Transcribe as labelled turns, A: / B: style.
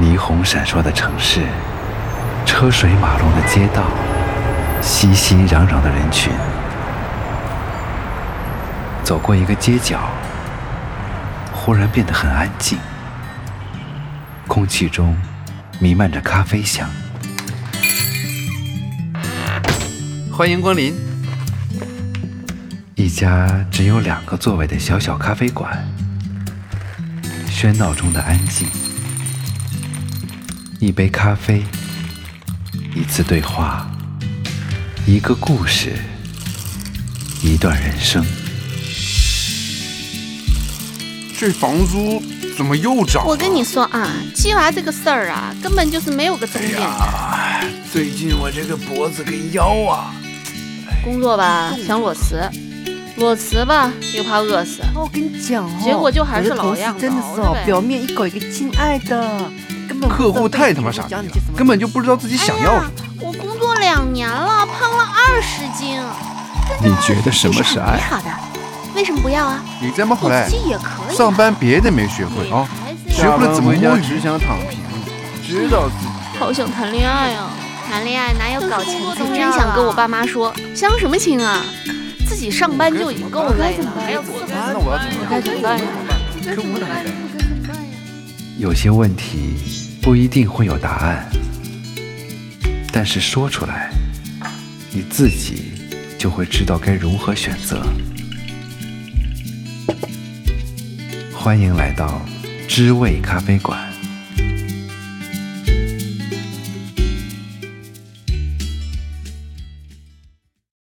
A: 霓虹闪烁的城市，车水马龙的街道，熙熙攘攘的人群。走过一个街角，忽然变得很安静，空气中弥漫着咖啡香。欢迎光临，一家只有两个座位的小小咖啡馆，喧闹中的安静，一杯咖啡，一次对话，一个故事，一段人生。
B: 这房租怎么又涨了？
C: 我跟你说啊，鸡娃这个事儿啊，根本就是没有个终点。
B: 哎最近我这个脖子跟腰啊，
C: 工作吧想裸辞，裸辞吧又怕饿死，
D: 我跟你讲哦，
C: 结果就还是老样
D: 我
C: 子
D: 的同事真的是哦
C: 对，
D: 表面一搞一个亲爱的，根本
B: 客户太他妈傻逼了，根本就不知道自己想要什么。
C: 哎我工作两年了，胖了二十斤。
B: 你觉得什
C: 这很美？好的，为什么不要啊？
B: 你这么回
C: 我
B: 哎来
C: 自，己也可以、啊。
B: 上班别的没学会啊，
C: 女
B: 学
C: 孩子呀
B: 会了怎么摸鱼，
E: 想躺平，知道自己
C: 好想谈恋爱啊！谈恋爱哪有搞钱
D: 这
C: 真想跟我爸妈说，相什么亲啊？自己上班就已经够累了，还要我
E: 那我要怎么
C: 该怎么办呀？
A: 有些问题不一定会有答案，但是说出来，你自己就会知道该如何选择。欢迎来到知味咖啡馆。